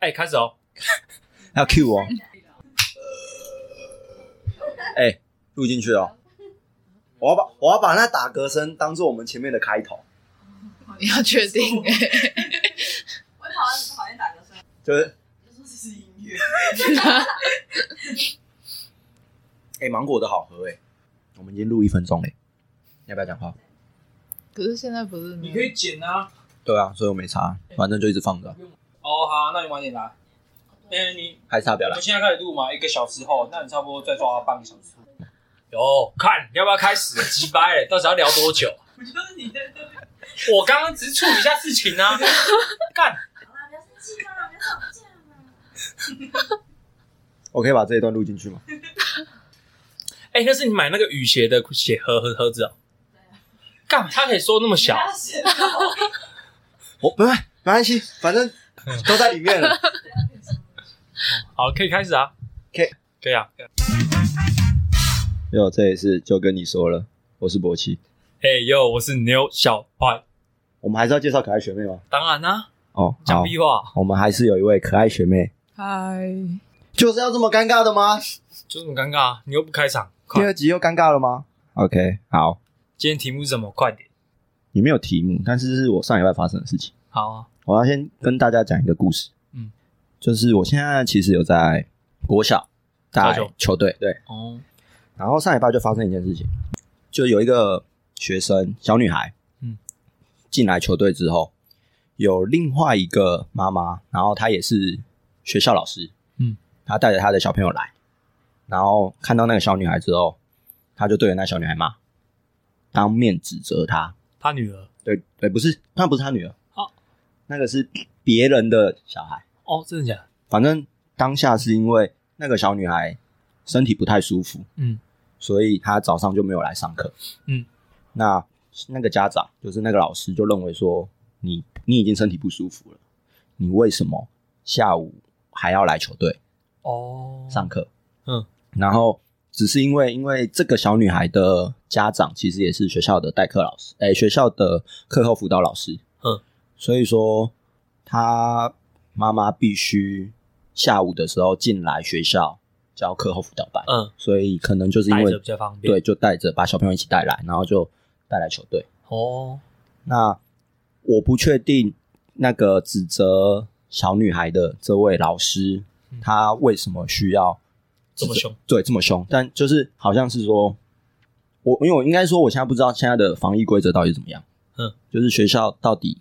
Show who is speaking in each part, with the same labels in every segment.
Speaker 1: 哎，开始哦。
Speaker 2: 要 Q 我。哎、录进去了哦。我要把我要把那打嗝声当做我们前面的开头，
Speaker 3: 你要确定哎、
Speaker 4: 我讨厌讨厌打嗝声，
Speaker 2: 就是
Speaker 4: 就说这是音乐。
Speaker 2: 哎、芒果的好喝哎、我们已经录一分钟哎、要不要讲话？
Speaker 3: 可是现在不是
Speaker 1: 你
Speaker 3: 没有
Speaker 1: 可以剪啊。
Speaker 2: 对啊，所以我没查，反正就一直放着，
Speaker 1: 哦，好，那你晚点来。哎、你
Speaker 2: 还是他表
Speaker 1: 我
Speaker 2: 来
Speaker 1: 们。现在开始录嘛，一个小时后，那你差不多再抓半个小时。有看要不要开始？ 鸡掰了，到底要聊多久？
Speaker 4: 我就是你的。
Speaker 1: 我刚刚只是处理一下事情啊。 干，
Speaker 4: 好啦，不要生气嘛，不要吵架嘛。
Speaker 2: 我可以把这一段录进去吗？
Speaker 1: 哎、那是你买那个雨鞋的鞋盒盒盒子哦。干，它可以收那么小
Speaker 4: 啊不，要写
Speaker 2: 我不会，哦没关系，反正都在里面 了。
Speaker 1: 好，可以开始啊。
Speaker 2: 可以，
Speaker 1: 可以啊。
Speaker 2: 哟，这一次就跟你说了，我是博奇。
Speaker 1: 哎呦，我是牛小坏。
Speaker 2: 我们还是要介绍可爱学妹吗？
Speaker 1: 当然啦、
Speaker 2: 哦，
Speaker 1: 讲
Speaker 2: 好，
Speaker 1: 屁话，
Speaker 2: 我们还是有一位可爱学妹，
Speaker 3: 嗨，
Speaker 2: 就是要这么尴尬的吗？
Speaker 1: 就很尴尬啊，你又不开场，
Speaker 2: 第
Speaker 1: 快！
Speaker 2: 二集又尴尬了吗？OK，好，
Speaker 1: 今天题目是什么？快点。
Speaker 2: 你没有题目，但是是我上礼拜发生的事情。
Speaker 1: 好、啊，
Speaker 2: 我要先跟大家讲一个故事，
Speaker 1: 嗯
Speaker 2: 嗯，就是我现在其实有在国小打
Speaker 1: 球
Speaker 2: 球队，对，
Speaker 1: 哦，
Speaker 2: 然后上礼拜就发生一件事情，就有一个学生小女孩，
Speaker 1: 嗯
Speaker 2: 嗯，进来球队之后，有另外一个妈妈，然后她也是学校老师，
Speaker 1: 嗯
Speaker 2: 嗯，她带着她的小朋友来，然后看到那个小女孩之后，她就对着那小女孩骂，当面指责她，
Speaker 1: 他女儿。
Speaker 2: 对对，不是，那不是她女儿，
Speaker 1: 哦
Speaker 2: 哦，那个是别人的小孩。
Speaker 1: 哦，真的假的？
Speaker 2: 反正当下是因为那个小女孩身体不太舒服，
Speaker 1: 嗯，
Speaker 2: 所以她早上就没有来上课，
Speaker 1: 嗯，
Speaker 2: 那那个家长就是那个老师就认为说你你已经身体不舒服了，你为什么下午还要来球队
Speaker 1: 哦，
Speaker 2: 上课？
Speaker 1: 嗯，
Speaker 2: 然后只是因为因为这个小女孩的家长其实也是学校的代课老师，哎、学校的课后辅导老师，
Speaker 1: 嗯，
Speaker 2: 所以说她妈妈必须下午的时候进来学校教课后辅导班，
Speaker 1: 嗯，
Speaker 2: 所以可能就是因
Speaker 1: 待着
Speaker 2: 为
Speaker 1: 比较方便。
Speaker 2: 对，就带着把小朋友一起带来，然后就带来球队。
Speaker 1: 哦，
Speaker 2: 那我不确定那个指责小女孩的这位老师
Speaker 1: 嗯，
Speaker 2: 她为什么需要
Speaker 1: 这么凶？
Speaker 2: 对，这么凶，但就是好像是说，我因为我应该说，我现在不知道现在的防疫规则到底是怎么样。
Speaker 1: 嗯，
Speaker 2: 就是学校到底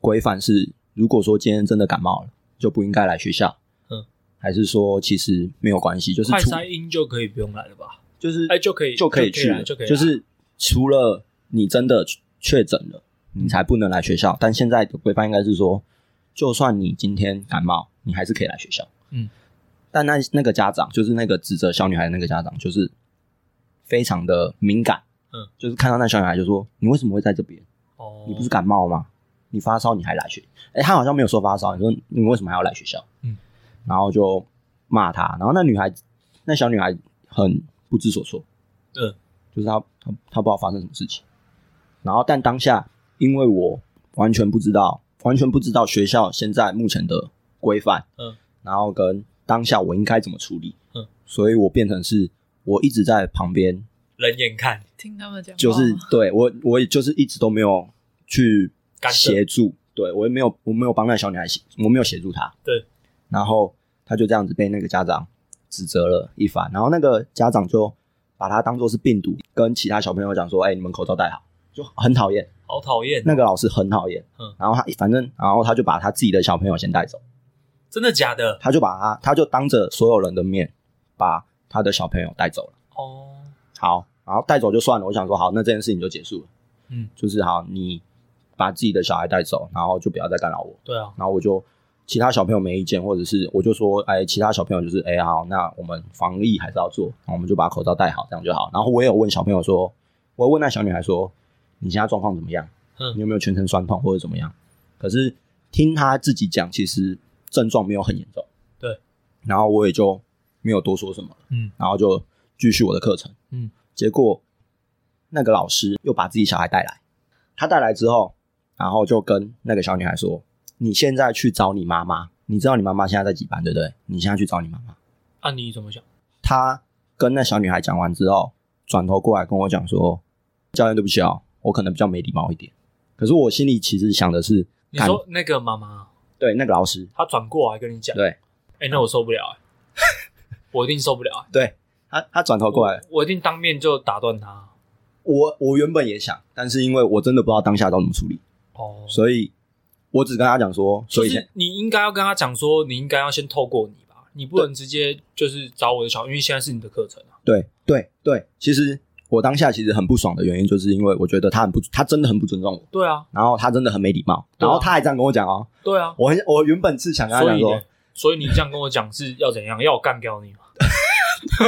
Speaker 2: 规范是，如果说今天真的感冒了，就不应该来学校。
Speaker 1: 嗯，
Speaker 2: 还是说其实没有关系，就是
Speaker 1: 快
Speaker 2: 除
Speaker 1: 筛阴就可以不用来了吧？
Speaker 2: 就是
Speaker 1: 哎，就可以，
Speaker 2: 就可以
Speaker 1: 就
Speaker 2: 去
Speaker 1: 来
Speaker 2: 了，
Speaker 1: 就可以啊来，
Speaker 2: 是除了你真的确诊了，你才不能来学校。但现在的规范应该是说，就算你今天感冒，你还是可以来学校。
Speaker 1: 嗯，
Speaker 2: 但那那个家长，就是那个指责小女孩的那个家长，就是非常的敏感。
Speaker 1: 嗯，
Speaker 2: 就是看到那小女孩就说：“你为什么会在这边？
Speaker 1: 哦，
Speaker 2: 你不是感冒吗？你发烧你还来学？哎、他好像没有说发烧，你说你为什么还要来学校？
Speaker 1: 嗯，
Speaker 2: 然后就骂他，然后那女孩，那小女孩很不知所措，
Speaker 1: 嗯，
Speaker 2: 就是她她她不知道发生什么事情，然后但当下因为我完全不知道，完全不知道学校现在目前的规范，
Speaker 1: 嗯，
Speaker 2: 然后跟当下我应该怎么处理，
Speaker 1: 嗯，
Speaker 2: 所以我变成是我一直在旁边
Speaker 1: 人眼看
Speaker 3: 听他们讲话
Speaker 1: 哦
Speaker 2: 就是
Speaker 3: 吗
Speaker 2: 对我，我也就是一直都没有去
Speaker 1: 干涉
Speaker 2: 协助，对我也没有，我没有帮那小女孩协，我没有协助她。
Speaker 1: 对，
Speaker 2: 然后她就这样子被那个家长指责了一番，然后那个家长就把她当做是病毒，跟其他小朋友讲说：“哎、你们口罩戴好。”就很讨厌
Speaker 1: 好讨厌。
Speaker 2: 那个老师，很讨厌。
Speaker 1: 嗯
Speaker 2: 然后他反正，然后他就把他自己的小朋友先带走，
Speaker 1: 真的假的？
Speaker 2: 他就把他，他就当着所有人的面把他的小朋友带走了。
Speaker 1: 哦，
Speaker 2: 好，然后带走就算了。我想说，好，那这件事情就结束了。
Speaker 1: 嗯，
Speaker 2: 就是好，你把自己的小孩带走，然后就不要再干扰我。
Speaker 1: 对啊，
Speaker 2: 然后我就其他小朋友没意见，或者是我就说，哎，其他小朋友就是，哎，好，那我们防疫还是要做，然后我们就把口罩戴好，这样就好。然后我也有问小朋友说，我有问那小女孩说，你现在状况怎么样？
Speaker 1: 嗯
Speaker 2: 你有没有全身酸痛或者怎么样？可是听她自己讲，其实症状没有很严重。
Speaker 1: 对，
Speaker 2: 然后我也就没有多说什么。
Speaker 1: 嗯，
Speaker 2: 然后就继续我的课程。
Speaker 1: 嗯，
Speaker 2: 结果那个老师又把自己小孩带来，他带来之后，然后就跟那个小女孩说：“你现在去找你妈妈，你知道你妈妈现在在几班，对不对？你现在去找你妈妈。
Speaker 5: 啊，你怎么想？
Speaker 2: 他跟那小女孩讲完之后，转头过来跟我讲说：“教练，对不起哦，我可能比较没礼貌一点。”可是我心里其实想的是，
Speaker 5: 你
Speaker 2: 干
Speaker 5: 说那个妈妈，
Speaker 2: 对那个老师，
Speaker 5: 她转过来跟你讲，
Speaker 2: 对
Speaker 5: 哎、 那我受不了、欸，我一定受不了、欸，
Speaker 2: 对，他他转头过来，
Speaker 5: 我，我一定当面就打断她。
Speaker 2: 我我原本也想，但是因为我真的不知道当下该怎么处理，
Speaker 5: 哦，
Speaker 2: 所以我只跟他讲说，所以
Speaker 5: 就
Speaker 2: 现
Speaker 5: 是你应该要跟她讲说，你应该要先透过你吧，你不能直接就是找我的小，因为现在是你的课程啊。
Speaker 2: 对对对，其实我当下其实很不爽的原因，就是因为我觉得他很不，他真的很不尊重我，
Speaker 5: 对啊，
Speaker 2: 然后他真的很没礼貌，
Speaker 5: 对啊
Speaker 2: 然后他还这样跟我讲哦，
Speaker 5: 对啊，
Speaker 2: 我很我原本是想跟他
Speaker 5: 所
Speaker 2: 讲
Speaker 5: 以
Speaker 2: 说
Speaker 5: 呢，所以你这样跟我讲是要怎样？要我干掉你吗？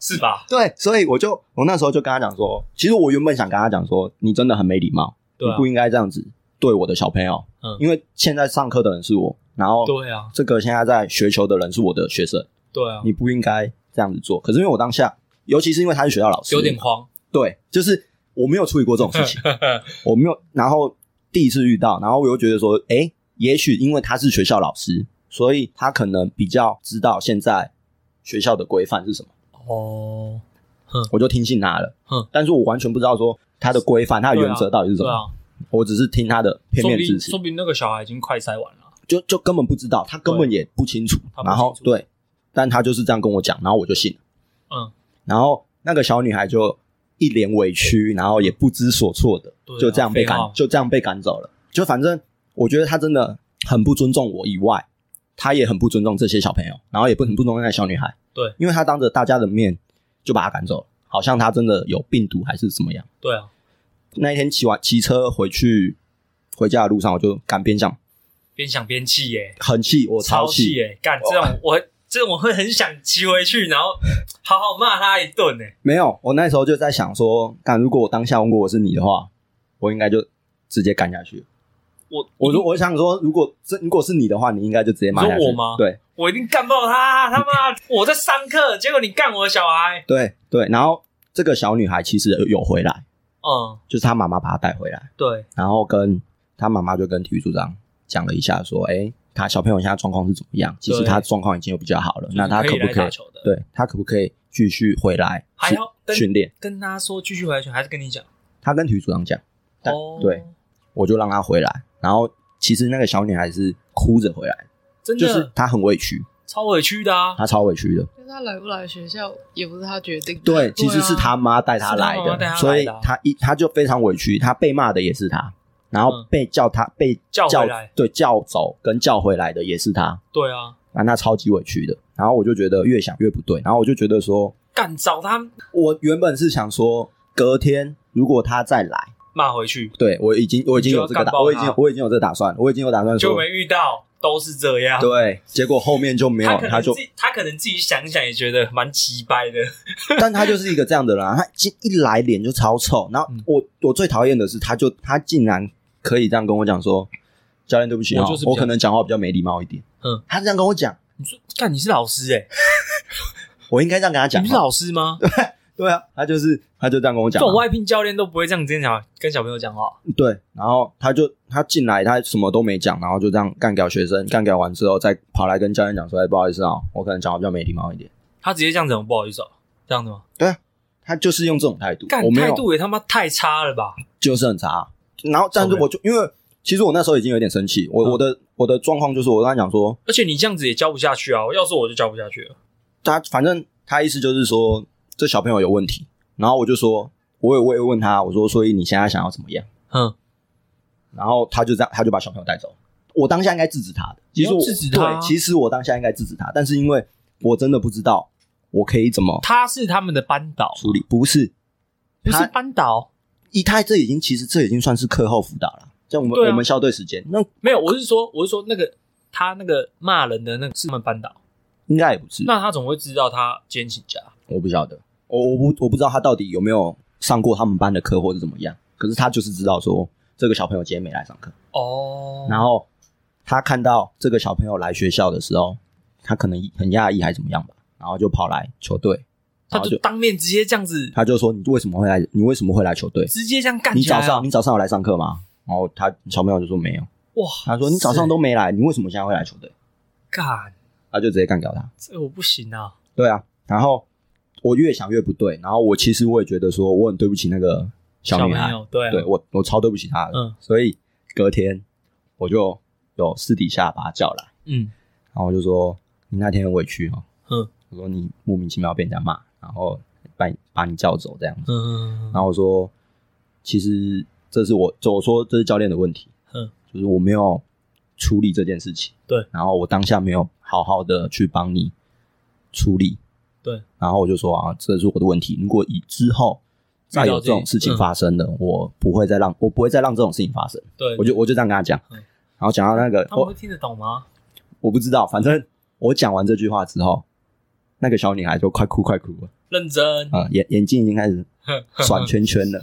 Speaker 5: 是吧？
Speaker 2: 对，所以我就我那时候就跟他讲说，其实我原本想跟他讲说，你真的很没礼貌，
Speaker 5: 对啊
Speaker 2: 你不，应该这样子对我的小朋友，
Speaker 5: 嗯
Speaker 2: 因为现在上课的人是我，然后
Speaker 5: 对啊，
Speaker 2: 这个现在在学球的人是我的学生，
Speaker 5: 对啊，
Speaker 2: 你不应该这样子做。可是因为我当下，尤其是因为他是学校老师，
Speaker 5: 有点 慌。
Speaker 2: 对，就是我没有处理过这种事 情，我没有，然后第一次遇到，然后我又觉得说，诶，也许因为他是学校老师，所以他可能比较知道现在学校的规范是什么。
Speaker 5: 哦，
Speaker 2: 我就听信他了。
Speaker 5: 嗯
Speaker 2: 但是我完全不知道说他的规范、他的原则到底是什
Speaker 5: 对
Speaker 2: 么。
Speaker 5: 啊，
Speaker 2: 我只是听他的片
Speaker 5: 说不
Speaker 2: 面之
Speaker 5: 定
Speaker 2: 词
Speaker 5: 说，不定那个小孩已经快塞完了。
Speaker 2: 就就根本不知道，他根本也不清楚。
Speaker 5: 他不清楚
Speaker 2: 然后对，但他就是这样跟我讲，然后我就信了。
Speaker 5: 嗯，
Speaker 2: 然后那个小女孩就一脸委屈，然后也不知所措的，
Speaker 5: 对啊
Speaker 2: 就这样被
Speaker 5: 废
Speaker 2: 赶
Speaker 5: 话，
Speaker 2: 就这样被赶走了。就反正我觉得他真的很不尊重我，以外，他也很不尊重这些小朋友，然后也不很不尊重那个小女孩。
Speaker 5: 对，
Speaker 2: 因为他当着大家的面就把她赶走了，好像她真的有病毒还是怎么样。
Speaker 5: 对啊，
Speaker 2: 那一天骑完骑车回去回家的路上，我就赶边想，
Speaker 5: 边想边气耶，
Speaker 2: 很气，我
Speaker 5: 超
Speaker 2: 气，
Speaker 5: 耶！干这种我这种我会很想骑回去，然后 好好骂他一顿呢。
Speaker 2: 没有，我那时候就在想说，但如果我当下问过我是你的话，我应该就直接赶下去。
Speaker 5: 我
Speaker 2: 我说，我想说，如果这如果是你的话，你应该就直接骂
Speaker 5: 你
Speaker 2: 下
Speaker 5: 说
Speaker 2: 去。
Speaker 5: 我吗
Speaker 2: 对
Speaker 5: 我一定干爆 他！他妈，我在上课，结果你干我的小孩。
Speaker 2: 对对，然后这个小女孩其实有回来，
Speaker 5: 嗯，
Speaker 2: 就是她妈妈把她带回来，
Speaker 5: 对，
Speaker 2: 然后跟她妈妈就跟体育组长讲了一下，说，哎，她小朋友现在状况是怎么样？其实
Speaker 5: 对
Speaker 2: 她状况已经有比较好了，那她
Speaker 5: 就是可
Speaker 2: 可
Speaker 5: 以来
Speaker 2: 不可
Speaker 5: 打
Speaker 2: 以？
Speaker 5: 球的？
Speaker 2: 对她可不可以继续回来
Speaker 5: 还
Speaker 2: 训
Speaker 5: 要跟
Speaker 2: 训练？
Speaker 5: 跟他说继续回来选，还是跟你讲？
Speaker 2: 她跟体育组长讲。但
Speaker 5: 哦，
Speaker 2: 对，我就让她回来。然后其实那个小女孩是哭着回来，
Speaker 5: 真的、
Speaker 2: 就是她很委屈，
Speaker 5: 超委屈的啊！
Speaker 2: 她超委屈的。
Speaker 3: 就是他来不来学校也不是他决定的。
Speaker 2: 对，其实是她妈带她来
Speaker 5: 啊是她妈
Speaker 2: 的，
Speaker 5: 妈带她来的啊
Speaker 2: 所以她一她就非常委屈，她被骂的也是她，然后
Speaker 5: 嗯
Speaker 2: 被叫她被
Speaker 5: 叫回来
Speaker 2: 对叫走跟叫回来的也是她，
Speaker 5: 对啊，
Speaker 2: 啊，那超级委屈的。然后我就觉得越想越不对，然后我就觉得说，
Speaker 5: 干找他
Speaker 2: 我原本是想说隔天如果她再来，
Speaker 5: 骂回去，
Speaker 2: 对我已经我已经有这
Speaker 5: 你就
Speaker 2: 个
Speaker 5: 要干
Speaker 2: 打，
Speaker 5: 爆
Speaker 2: 我已经
Speaker 5: 她
Speaker 2: 我已经有这个打算，我已经有打算
Speaker 5: 就
Speaker 2: 说
Speaker 5: 没。遇到，都是这样。
Speaker 2: 对，结果后面就没有
Speaker 5: 他，可
Speaker 2: 她
Speaker 5: 能
Speaker 2: 就
Speaker 5: 自己他可能自己想一想也觉得蛮奇掰的。
Speaker 2: 但他就是一个这样的人、啊，他一一来脸就超臭。然后
Speaker 5: 嗯
Speaker 2: 我我最讨厌的是，他就他竟然可以这样跟我讲说：“教练，对不起、哦，
Speaker 5: 我就是比较
Speaker 2: 我可能讲话比较没礼貌一点。”
Speaker 5: 嗯，
Speaker 2: 他这样跟我讲，
Speaker 5: 你说，干你是老师哎、
Speaker 2: 我应该这样跟他讲
Speaker 5: 你是
Speaker 2: 话。
Speaker 5: 老师吗？
Speaker 2: 对啊，他就是他就这样跟我
Speaker 5: 这
Speaker 2: 讲
Speaker 5: 种
Speaker 2: 啊、
Speaker 5: 外聘教练都不会这样跟小跟小朋友讲话。
Speaker 2: 对，然后他就他进来，他什么都没讲，然后就这样干掉学生，干掉完之后再跑来跟教练讲说：“哎，不好意思啊、我可能讲话比较没礼貌一点。
Speaker 5: 他直接这样子，我不好意思哦、这样子吗？”
Speaker 2: 他就是用这种态度，
Speaker 5: 干
Speaker 2: 我没
Speaker 5: 态
Speaker 2: 有
Speaker 5: 度也他妈太差了吧！
Speaker 2: 就是很差。然后，但是
Speaker 5: OK
Speaker 2: 我就因为其实我那时候已经有点生气，我、
Speaker 5: 嗯
Speaker 2: 我的我的状况就是我跟他讲说，
Speaker 5: 而且你这样子也教不下去啊！要是我就教不下去了。
Speaker 2: 他反正他意思就是说这小朋友有问题，然后我就说，我也我也问他，我说所以你现在想要怎么样？
Speaker 5: 嗯，
Speaker 2: 然后他就这样，他就把小朋友带走。我当下应该制止他的，其实我
Speaker 5: 你要制止他啊
Speaker 2: 对，其实我当下应该制止他，但是因为我真的不知道我可以怎么
Speaker 5: 他是他们的班导，
Speaker 2: 处理，不是
Speaker 5: 不是
Speaker 2: 他
Speaker 5: 班导。
Speaker 2: 一他这已经其实这已经算是课后辅导了，像我们、
Speaker 5: 对啊
Speaker 2: 我们校队时间，那
Speaker 5: 没有，我是说，我是说那个他那个骂人的那个是他们班导，
Speaker 2: 应该也不是，
Speaker 5: 那他总会知道他今天请假。
Speaker 2: 我不晓得，我我不我不知道他到底有没有上过他们班的课或者怎么样，可是他就是知道说这个小朋友今天没来上课。
Speaker 5: 哦
Speaker 2: 然后他看到这个小朋友来学校的时候，他可能很讶异还是怎么样吧，然后就跑来球队，
Speaker 5: 他
Speaker 2: 然后
Speaker 5: 就
Speaker 2: 就
Speaker 5: 当面直接这样子，
Speaker 2: 他就说：“你为什么会来？你为什么会来球队？
Speaker 5: 直接这样干
Speaker 2: 你
Speaker 5: 起来
Speaker 2: 早
Speaker 5: 啊。
Speaker 2: 上你早上有来上课吗？”然后他小朋友就说：“没有。”
Speaker 5: 哇，
Speaker 2: 他说你早上都没来，你为什么现在会来球队？
Speaker 5: 干，
Speaker 2: 他就直接干掉他。
Speaker 5: 这我不行啊！
Speaker 2: 对啊，然后我越想越不对，然后我其实我也觉得说我很对不起那个小女
Speaker 5: 朋
Speaker 2: 孩，
Speaker 5: 友，对啊，
Speaker 2: 对我我超对不起她的，
Speaker 5: 嗯
Speaker 2: 所以隔天我就有私底下把她叫来，
Speaker 5: 嗯
Speaker 2: 然后我就说你那天很委屈哦，
Speaker 5: 嗯
Speaker 2: 我说你莫名其妙被人家骂，然后把你把你叫走这样子，
Speaker 5: 嗯
Speaker 2: 然后我说其实这是我，就我说这是教练的问题，
Speaker 5: 嗯，
Speaker 2: 就是我没有处理这件事情，
Speaker 5: 对，
Speaker 2: 然后我当下没有好好的去帮你处理，
Speaker 5: 对，
Speaker 2: 然后我就说啊，这是我的问题，如果以之后。再有这种事
Speaker 5: 嗯
Speaker 2: 情发生了，我不会再让我不会再让这种事情发生。
Speaker 5: 对，
Speaker 2: 我就我就这样跟他讲，
Speaker 5: 嗯
Speaker 2: 然后讲到那个
Speaker 5: 他们
Speaker 2: 我
Speaker 5: 会听得懂吗？
Speaker 2: 我不知道，反正我讲完这句话之后，那个小女孩就快哭快哭了，
Speaker 5: 认真，
Speaker 2: 啊、眼眼睛已经开始转圈圈了，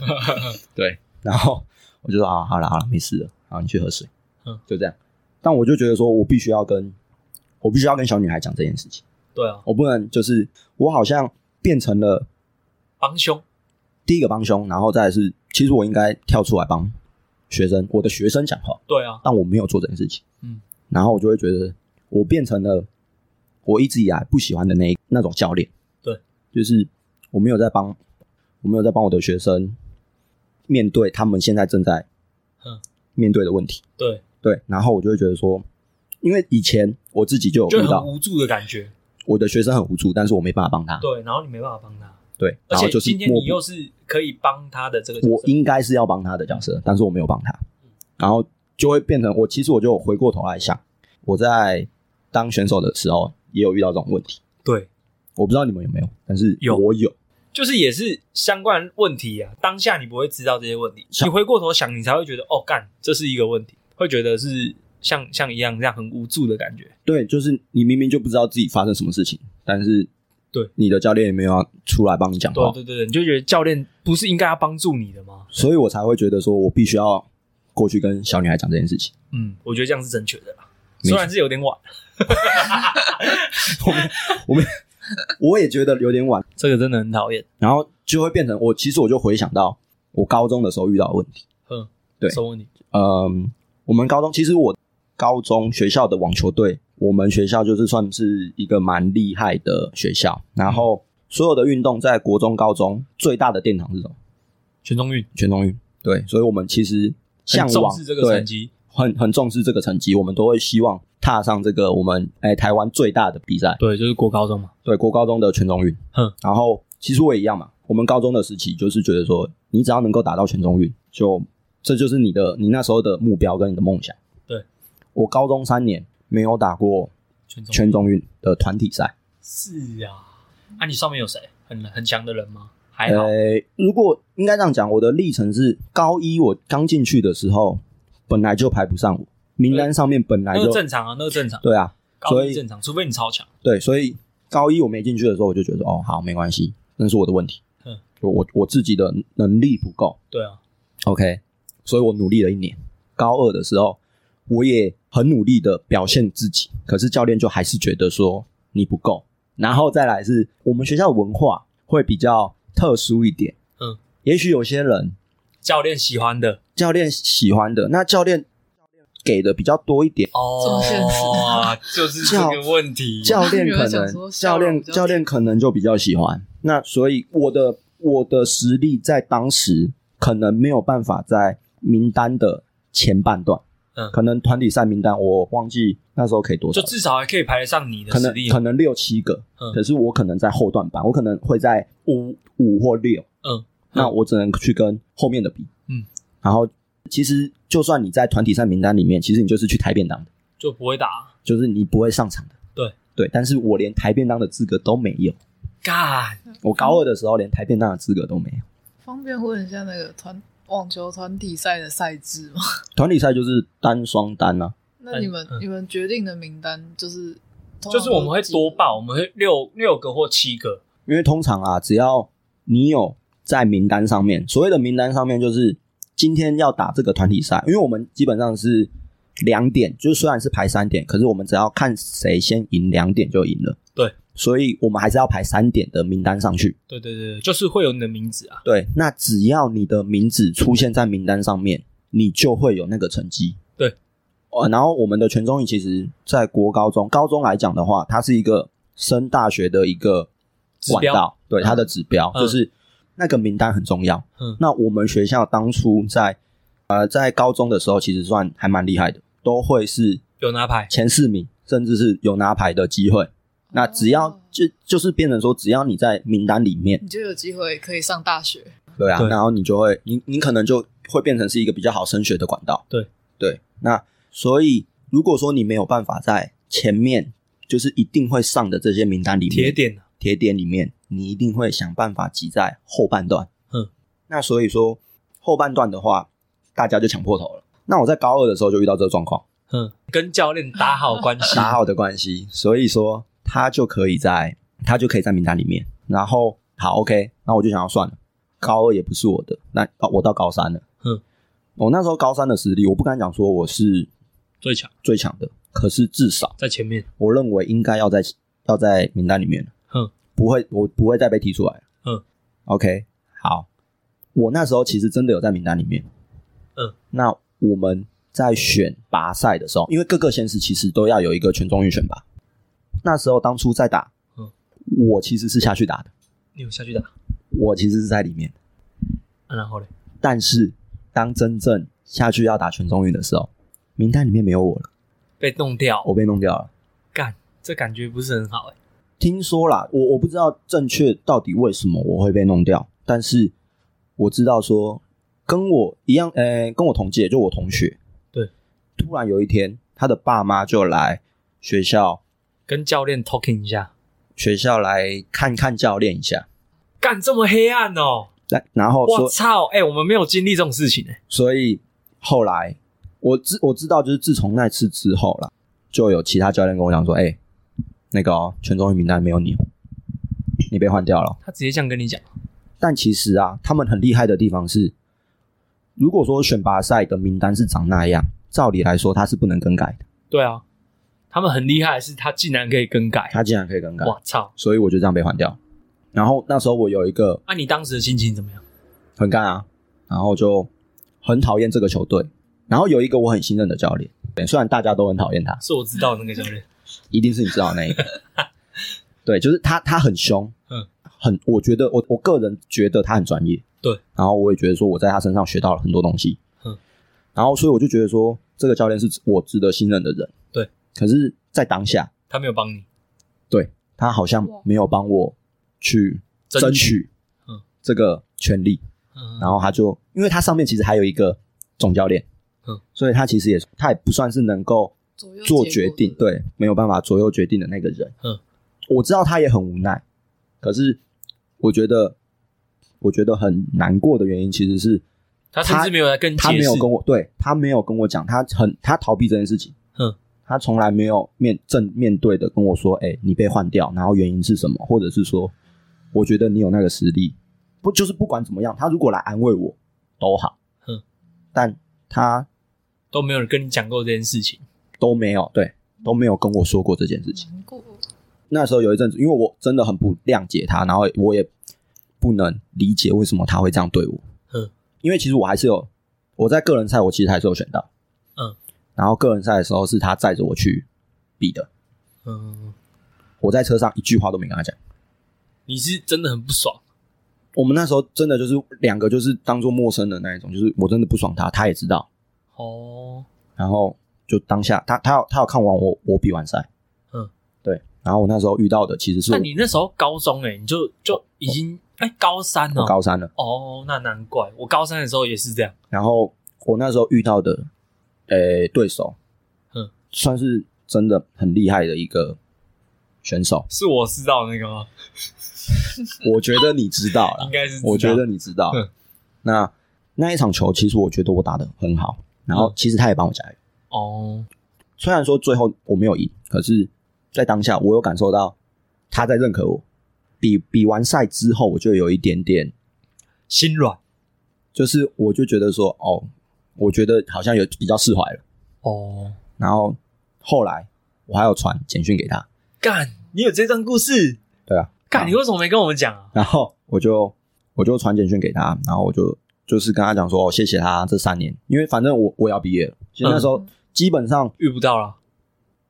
Speaker 2: 对，然后我就说啊，好了好了，没事了，好，你去喝水，
Speaker 5: 嗯
Speaker 2: 就这样。但我就觉得说我必须要跟我必须要跟小女孩讲这件事情，
Speaker 5: 对啊，
Speaker 2: 我不能就是我好像变成了
Speaker 5: 帮凶，
Speaker 2: 第一个帮凶，然后再来是其实我应该跳出来帮学生我的学生讲话，
Speaker 5: 对啊，
Speaker 2: 但我没有做这件事情，
Speaker 5: 嗯，
Speaker 2: 然后我就会觉得我变成了我一直以来不喜欢的那一那种教练，
Speaker 5: 对，
Speaker 2: 就是我没有在帮，我没有在帮我的学生面对他们现在正在
Speaker 5: 嗯
Speaker 2: 面对的问题，
Speaker 5: 对，
Speaker 2: 对，然后我就会觉得说，因为以前我自己就有
Speaker 5: 就
Speaker 2: 遇
Speaker 5: 很
Speaker 2: 到
Speaker 5: 无助的感觉，
Speaker 2: 我的学生很无助，但是我没办法帮他，
Speaker 5: 对，然后你没办法帮他，
Speaker 2: 对，
Speaker 5: 而
Speaker 2: 然
Speaker 5: 且
Speaker 2: 后就是
Speaker 5: 今天
Speaker 2: 我
Speaker 5: 你又是可以帮他的这个角
Speaker 2: 我
Speaker 5: 色，嗯
Speaker 2: 应该是要帮他的角色，但是我没有帮他，然后就会变成我其实我就有回过头来想，我在当选手的时候也有遇到这种问题，
Speaker 5: 对，
Speaker 2: 我不知道你们有没有，但是
Speaker 5: 有
Speaker 2: 我有，
Speaker 5: 就是也是相关问题啊。当下你不会知道这些问题，
Speaker 2: 像
Speaker 5: 你回过头想，你才会觉得哦，干，这是一个问题，会觉得是像像一样这样很无助的感觉。
Speaker 2: 对，就是你明明就不知道自己发生什么事情，但是
Speaker 5: 对
Speaker 2: 你的教练也没有要出来帮你讲
Speaker 5: 对啊
Speaker 2: 话，
Speaker 5: 对对对，你就觉得教练不是应该要帮助你的吗？
Speaker 2: 所以我才会觉得说我必须要过去跟小女孩讲这件事情。
Speaker 5: 嗯，我觉得这样是正确的啦，
Speaker 2: 没错
Speaker 5: 虽然是有点晚，啊
Speaker 2: 我们 我也觉得有点晚，
Speaker 5: 这个真的很讨厌。
Speaker 2: 然后就会变成我其实我就回想到我高中的时候遇到的问题。
Speaker 5: 嗯，
Speaker 2: 对
Speaker 5: 什么问题？
Speaker 2: 嗯，我们高中其实我高中学校的网球队，我们学校就是算是一个蛮厉害的学校。然
Speaker 5: 嗯
Speaker 2: 后所有的运动在国中、高中最大的殿堂是什么？
Speaker 5: 全中运
Speaker 2: 全中运。对，所以我们其实向
Speaker 5: 很重
Speaker 2: 往
Speaker 5: 视这个
Speaker 2: 对
Speaker 5: 成绩，
Speaker 2: 很很重视这个成绩，我们都会希望踏上这个我们哎、台湾最大的比赛，
Speaker 5: 对，就是国高中嘛，
Speaker 2: 对国高中的全中运。
Speaker 5: 哼，
Speaker 2: 然后其实我也一样嘛，我们高中的时期就是觉得说，你只要能够打到全中运，就这就是你的你那时候的目标跟你的梦想。
Speaker 5: 对，
Speaker 2: 我高中三年没有打过
Speaker 5: 全中
Speaker 2: 全中运的团体赛。
Speaker 5: 是啊。啊，你上面有谁很很强的人吗？还好，
Speaker 2: 呃，如果应该这样讲，我的历程是高一我刚进去的时候，本来就排不上我名单上面本来
Speaker 5: 那
Speaker 2: 就
Speaker 5: 个正常啊，那个正常，
Speaker 2: 对啊，
Speaker 5: 高
Speaker 2: 所
Speaker 5: 一
Speaker 2: 以
Speaker 5: 正常，除非你超强。
Speaker 2: 对，所以高一我没进去的时候，我就觉得哦，好，没关系，那是我的问题，
Speaker 5: 嗯，
Speaker 2: 就我我自己的能力不够
Speaker 5: 对啊，
Speaker 2: ，OK，所以我努力了一年。高二的时候，我也很努力的表现自己，可是教练就还是觉得说你不够。然后再来是我们学校的文化会比较特殊一点，
Speaker 5: 嗯，
Speaker 2: 也许有些人
Speaker 5: 教练喜欢的
Speaker 2: 教练喜欢的，那教练给的比较多一点。
Speaker 3: 这
Speaker 5: 哦
Speaker 3: 么现实啊，
Speaker 5: 就是这个问题。
Speaker 2: 教练可
Speaker 3: 有人想说
Speaker 2: 能教
Speaker 3: 笑容
Speaker 2: 练
Speaker 3: 比较
Speaker 2: 教练可能就比较喜欢。那所以我的我的实力在当时可能没有办法在名单的前半段，
Speaker 5: 嗯
Speaker 2: 可能团体赛名单我忘记那时候可以多少
Speaker 5: 就，至少还可以排得上你的
Speaker 2: 可
Speaker 5: 实
Speaker 2: 能
Speaker 5: 力嘛。
Speaker 2: 可能六七个，
Speaker 5: 嗯
Speaker 2: 可是我可能在后段班，我可能会在五五或六，
Speaker 5: 嗯，
Speaker 2: 那我只能去跟后面的比，
Speaker 5: 嗯，
Speaker 2: 然后其实就算你在团体赛名单里面，其实你就是去抬便当的，
Speaker 5: 就不会打。
Speaker 2: 就是你不会上场的，
Speaker 5: 对
Speaker 2: 对，但是我连抬便当的资格都没有。
Speaker 5: 干，
Speaker 2: 我高二的时候连抬便当的资格都没有。
Speaker 3: 方便问一下那个团网球团体赛的赛制吗？
Speaker 2: 团体赛就是单双单啊，
Speaker 3: 那你们
Speaker 5: 嗯
Speaker 3: 你们决定的名单就是通常
Speaker 5: 就是我们会
Speaker 3: 都是几
Speaker 5: 多
Speaker 3: 个
Speaker 5: 报，我们会六六个或七个。
Speaker 2: 因为通常啊，只要你有在名单上面，所谓的名单上面就是今天要打这个团体赛，因为我们基本上是两点，就是虽然是排三点，可是我们只要看谁先赢两点就赢了。
Speaker 5: 对，
Speaker 2: 所以我们还是要排三点的名单上去。
Speaker 5: 对对对，对就是会有你的名字啊。
Speaker 2: 对，那只要你的名字出现在名单上面，你就会有那个成绩。
Speaker 5: 对
Speaker 2: 呃，然后我们的全中艺其实，在国高中、高中来讲的话，它是一个升大学的一个
Speaker 5: 指
Speaker 2: 管
Speaker 5: 标
Speaker 2: 道，对它的指标、
Speaker 5: 嗯
Speaker 2: 就是那个名单很重要。
Speaker 5: 嗯
Speaker 2: 那我们学校当初在呃在高中的时候，其实算还蛮厉害的，都会是
Speaker 5: 有拿牌，
Speaker 2: 前四名，甚至是有拿牌的机会。那只要、
Speaker 3: 哦
Speaker 2: 就就是变成说，只要你在名单里面，
Speaker 3: 你就有机会可以上大学。
Speaker 2: 对啊，
Speaker 5: 对
Speaker 2: 然后你就会，你你可能就会变成是一个比较好升学的管道。
Speaker 5: 对
Speaker 2: 对，那所以如果说你没有办法在前面就是一定会上的这些名单里面，
Speaker 5: 铁点啊
Speaker 2: 铁点里面，你一定会想办法挤在后半段。
Speaker 5: 嗯，
Speaker 2: 那所以说后半段的话，大家就抢破头了。那我在高二的时候就遇到这个状况，
Speaker 5: 嗯，跟教练打好关系，
Speaker 2: 打好的关系，所以说他就可以在他就可以在名单里面。然后好，OK，那我就想要算了，高二也不是我的，那哦我到高三了，
Speaker 5: 嗯，
Speaker 2: 我那时候高三的实力，我不敢讲说我是
Speaker 5: 最强
Speaker 2: 最强的，可是至少
Speaker 5: 在前面，
Speaker 2: 我认为应该要在要在名单里面，
Speaker 5: 嗯，
Speaker 2: 不会，我不会再被踢出来，
Speaker 5: 嗯
Speaker 2: ，OK，好，我那时候其实真的有在名单里面，
Speaker 5: 嗯，
Speaker 2: 那我们在选拔赛的时候，因为各个县市其实都要有一个全中运选拔，那时候当初在打，
Speaker 5: 嗯
Speaker 2: 我其实是下去打的，
Speaker 5: 你有下去打，
Speaker 2: 我其实是在里面，
Speaker 5: 啊然后嘞，
Speaker 2: 但是当真正下去要打全中运的时候，名单里面没有我了，
Speaker 5: 被弄掉，
Speaker 2: 我被弄掉了。
Speaker 5: 干，这感觉不是很好哎，
Speaker 2: 听说啦，我我不知道正确到底为什么我会被弄掉，但是我知道说跟我一样，呃，跟我同届，就我同学，
Speaker 5: 对，
Speaker 2: 突然有一天，他的爸妈就来学校，
Speaker 5: 跟教练 talking 一下，
Speaker 2: 学校来看看教练一下，
Speaker 5: 干这么黑暗哦，
Speaker 2: 来，然后
Speaker 5: 我
Speaker 2: 说，
Speaker 5: 操，哎，我们没有经历这种事情哎，
Speaker 2: 所以后来我知我知道，就是自从那次之后啦，就有其他教练跟我讲说，哎、那个、哦、全中运名单没有你哦，你被换掉了哦。
Speaker 5: 他直接这样跟你讲，
Speaker 2: 但其实啊，他们很厉害的地方是，如果说选拔赛的名单是长那样，照理来说它是不能更改的，
Speaker 5: 对啊，他们很厉害，是他竟然可以更改，
Speaker 2: 它竟然可以更改，
Speaker 5: 我操，
Speaker 2: 所以我就这样被换掉。然后那时候我有一个
Speaker 5: 那你当时的心情怎么样？
Speaker 2: 很干啊，然后就很讨厌这个球队，然后有一个我很信任的教练，虽然大家都很讨厌他，
Speaker 5: 是我知道的那个教 练，
Speaker 2: 一定是你知道的那 一个。对，就是他，他很凶，
Speaker 5: 嗯，
Speaker 2: 很，我觉得我我个人觉得他很专业，
Speaker 5: 对，
Speaker 2: 然后我也觉得说我在他身上学到了很多东西，
Speaker 5: 嗯，
Speaker 2: 然后所以我就觉得说这个教练是我值得信任的人，
Speaker 5: 对，
Speaker 2: 可是，在当下
Speaker 5: 他没有帮你，
Speaker 2: 他好像
Speaker 3: 哇
Speaker 2: 没有帮我去
Speaker 5: 争
Speaker 2: 争
Speaker 5: 取
Speaker 2: 取，
Speaker 5: 嗯，
Speaker 2: 这个权利，
Speaker 5: 嗯，
Speaker 2: 然后他就，因为他上面其实还有一个总教练，
Speaker 5: 嗯，
Speaker 2: 所以他其实也他也不算是能够
Speaker 3: 左右结
Speaker 2: 做
Speaker 3: 果
Speaker 2: 决定，，对，没有办法左右决定的那个人。
Speaker 5: 嗯，
Speaker 2: 我知道他也很无奈，可是我觉得，我觉得很难过的原因其实是
Speaker 5: 他甚至没有来跟你
Speaker 2: 他
Speaker 5: 解
Speaker 2: 没有
Speaker 5: 释，
Speaker 2: 跟我，对他没有跟我讲，他很他逃避这件事情。
Speaker 5: 嗯，
Speaker 2: 他从来没有面正面对的跟我说，哎、你被换掉，然后原因是什么，或者是说，我觉得你有那个实力，不就是不管怎么样，他如果来安慰我都好。
Speaker 5: 嗯，
Speaker 2: 但他
Speaker 5: 都没有人跟你讲过这件事情，
Speaker 2: 都没有，对，都没有跟我说过这件事情。
Speaker 3: 难过。
Speaker 2: 那时候有一阵子，因为我真的很不谅解他，然后我也不能理解为什么他会这样对我。
Speaker 5: 嗯，
Speaker 2: 因为其实我还是有我在个人赛，我其实还是有选到。
Speaker 5: 嗯，
Speaker 2: 然后个人赛的时候是他载着我去比的，
Speaker 5: 嗯，
Speaker 2: 我在车上一句话都没跟他讲。
Speaker 5: 你是真的很不爽，
Speaker 2: 我们那时候真的就是两个就是当做陌生的那一种，就是我真的不爽他，他也知道，
Speaker 5: 哦，
Speaker 2: 然后就当下他他要他要看完我我比完赛。
Speaker 5: 嗯，
Speaker 2: 对。然后我那时候遇到的其实是我
Speaker 5: 那你那时候高中哎、你就就已经哎、高三哦
Speaker 2: 我，高三了。
Speaker 5: 哦，那难怪我高三的时候也是这样，
Speaker 2: 然后我那时候遇到的，诶、对手，
Speaker 5: 嗯，。
Speaker 2: 算是真的很厉害的一个选手
Speaker 5: 是我知道那个吗？
Speaker 2: 我觉得你知道了
Speaker 5: 应，嗯该是知道
Speaker 2: 我觉得你知道
Speaker 5: 嗯。
Speaker 2: 那那一场球，其实我觉得我打的很好，然后
Speaker 5: 嗯
Speaker 2: 其实他也帮我加油。
Speaker 5: 哦，
Speaker 2: 虽然说最后我没有赢，可是，在当下我有感受到他在认可我。比比完赛之后，我就有一点点，
Speaker 5: 心软
Speaker 2: 就是我就觉得说，哦，我觉得好像有比较释怀了。
Speaker 5: 哦，
Speaker 2: 然后后来我还有传简讯给他，
Speaker 5: 干，你有这段故事？
Speaker 2: 对啊，
Speaker 5: 干，你为什么没跟我们讲啊？
Speaker 2: 然后我就我就传简讯给他，然后我就就是跟他讲说、哦谢谢他这三年，因为反正我我要毕业了，其实那时候基本上
Speaker 5: 遇不到了。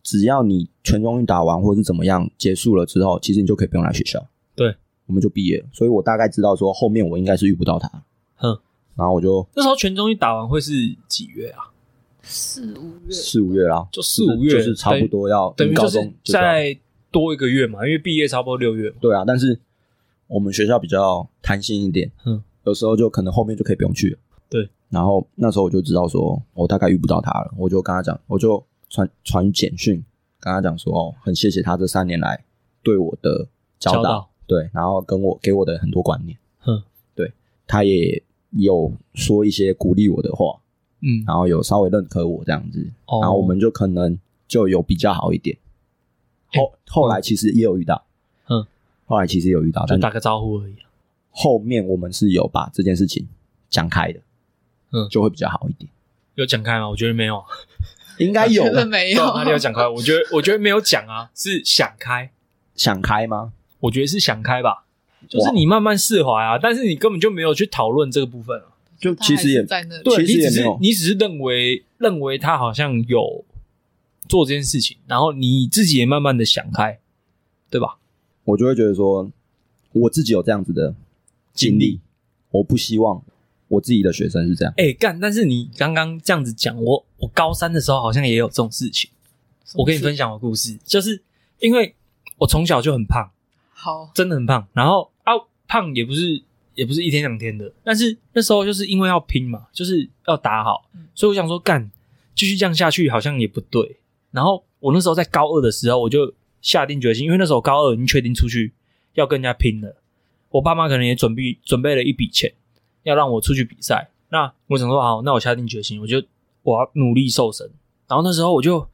Speaker 2: 只要你全中运打完或是怎么样结束了之后，其实你就可以不用来学校。
Speaker 5: 对，
Speaker 2: 我们就毕业了，所以我大概知道说后面我应该是遇不到他。
Speaker 5: 哼，
Speaker 2: 然后我就
Speaker 5: 那时候全中医打完会是几月啊？
Speaker 3: 四五月
Speaker 2: 四五月啦，
Speaker 5: 就四五月
Speaker 2: 就是差不多要
Speaker 5: 等于
Speaker 2: 高
Speaker 5: 就
Speaker 2: 中
Speaker 5: 是
Speaker 2: 就这样
Speaker 5: 再多一个月嘛，因为毕业差不多六月嘛。
Speaker 2: 对啊，但是我们学校比较弹性一点，
Speaker 5: 嗯，
Speaker 2: 有时候就可能后面就可以不用去了。
Speaker 5: 对，
Speaker 2: 然后那时候我就知道说，我大概遇不到他了，我就跟他讲，我就传传简讯跟他讲说，哦，很谢谢他这三年来对我的教导，
Speaker 5: 教导
Speaker 2: 对，然后跟我给我的很多观念，
Speaker 5: 嗯，
Speaker 2: 对，他也有说一些鼓励我的话，
Speaker 5: 嗯，
Speaker 2: 然后有稍微认可我这样子，
Speaker 5: 哦
Speaker 2: 然后我们就可能就有比较好一点。后后来其实也有遇到，
Speaker 5: 嗯，
Speaker 2: 后来其实也有遇到，
Speaker 5: 就
Speaker 2: 但
Speaker 5: 打个招呼而已啊。
Speaker 2: 后面我们是有把这件事情讲开的，
Speaker 5: 嗯
Speaker 2: 就会比较好一点，
Speaker 5: 有讲开吗？我觉得没有啊，
Speaker 2: 应该有
Speaker 3: 我觉得没
Speaker 5: 对
Speaker 3: 有
Speaker 5: 啊，哪里有讲开？我觉得我觉得没有讲啊，是想开，
Speaker 2: 想开吗？
Speaker 5: 我觉得是想开吧，就是你慢慢释怀啊，但是你根本就没有去讨论这个部分啊。
Speaker 2: 就
Speaker 3: 他
Speaker 2: 其实
Speaker 3: 还
Speaker 2: 也
Speaker 3: 是在那里，
Speaker 5: 对
Speaker 2: 其实
Speaker 5: 你只
Speaker 2: 也没
Speaker 5: 是
Speaker 2: 有
Speaker 5: 你只是认为认为他好像有做这件事情，然后你自己也慢慢的想开，对吧？
Speaker 2: 我就会觉得说，我自己有这样子的经历，我不希望我自己的学生是这样。
Speaker 5: 哎、干！但是你刚刚这样子讲，我我高三的时候好像也有这种事情。我跟你分享我的故事，就是因为我从小就很胖，
Speaker 3: 好，
Speaker 5: 真的很胖。然后啊，胖也不是也不是一天两天的，但是那时候就是因为要拼嘛，就是要打好
Speaker 3: 嗯，
Speaker 5: 所以我想说干，继续这样下去好像也不对。然后我那时候在高二的时候，我就下定决心，因为那时候高二已经确定出去要跟人家拼了，我爸妈可能也准备准备了一笔钱，要让我出去比赛。那我想说好，那我下定决心，我就我要努力瘦身。然后那时候我就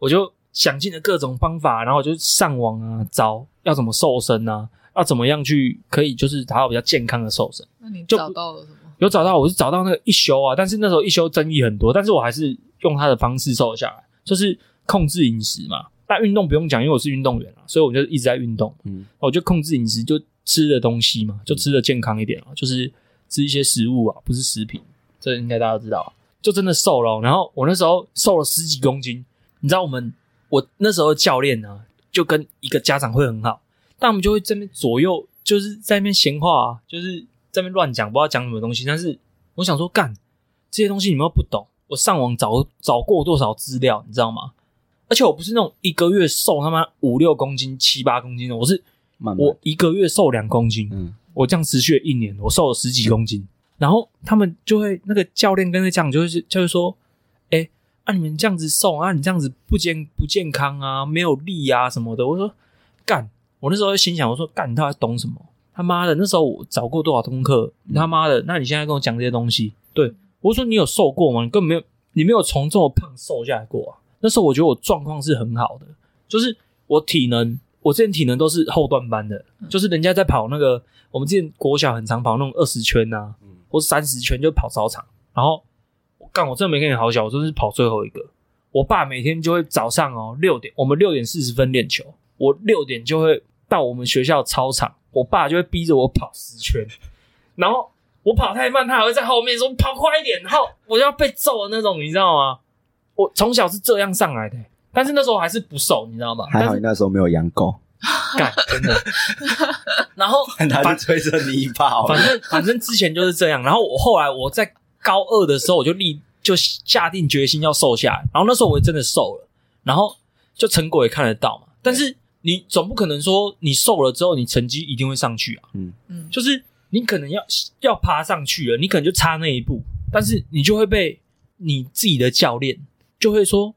Speaker 5: 我就想尽了各种方法，然后我就上网啊找要怎么瘦身啊，要怎么样去可以就是达到比较健康的瘦身。
Speaker 3: 那你
Speaker 5: 就
Speaker 3: 找到了什么？
Speaker 5: 有找到，我是找到那个一休啊，但是那时候一休争议很多，但是我还是用他的方式瘦下来，就是控制饮食嘛。但运动不用讲，因为我是运动员啊，所以我就一直在运动。
Speaker 2: 嗯，
Speaker 5: 我就控制饮食，就吃的东西嘛，就吃的健康一点啊，就是吃一些食物啊，不是食品，这应该大家都知道啊。就真的瘦了哦、然后我那时候瘦了十几公斤，你知道我们我那时候的教练呢、就跟一个家长会很好，但我们就会这边左右，就是在那边闲话、啊，就是在那边乱讲，不知道讲什么东西。但是我想说，干这些东西你们又不懂，我上网找找过多少资料，你知道吗？而且我不是那种一个月瘦他妈五六公斤、七八公斤的，我是
Speaker 2: 慢慢
Speaker 5: 我，一个月瘦两公斤，
Speaker 2: 嗯，
Speaker 5: 我这样持续了一年，我瘦了十几公斤。然后他们就会那个教练跟那个家长就会是就会说，哎、啊你们这样子瘦啊，你这样子不健不健康啊，没有力啊什么的。我说干，我那时候就心想，我说干，你到底懂什么？他妈的，那时候我找过多少功课？你他妈的，那你现在跟我讲这些东西，对我说你有瘦过吗？你根本没有，你没有从这么胖瘦下来过啊。那时候我觉得我状况是很好的，就是我体能，我之前体能都是后段班的，就是人家在跑那个，我们之前国小很常跑那种二十圈呐、啊，或三十圈就跑操场，然后我干，我真的没跟你好小，我真的是跑最后一个。我爸每天就会早上哦六点，我们六点四十分练球，我六点就会到我们学校操场，我爸就会逼着我跑十圈，然后我跑太慢，他还会在后面说跑快一点，然后我就要被揍的那种，你知道吗？我从小是这样上来的、但是那时候还是不瘦，你知道吗？
Speaker 2: 还好你那时候没有养狗，
Speaker 5: 干，真的。 然后
Speaker 2: 他就追着你跑
Speaker 5: 反正反正之前就是这样。然后我后来我在高二的时候，我就立就下定决心要瘦下来。然后那时候我也真的瘦了，然后就成果也看得到嘛。但是你总不可能说你瘦了之后，你成绩一定会上去啊。
Speaker 3: 嗯，
Speaker 5: 就是你可能要要爬上去了，你可能就差那一步，但是你就会被你自己的教练就会说，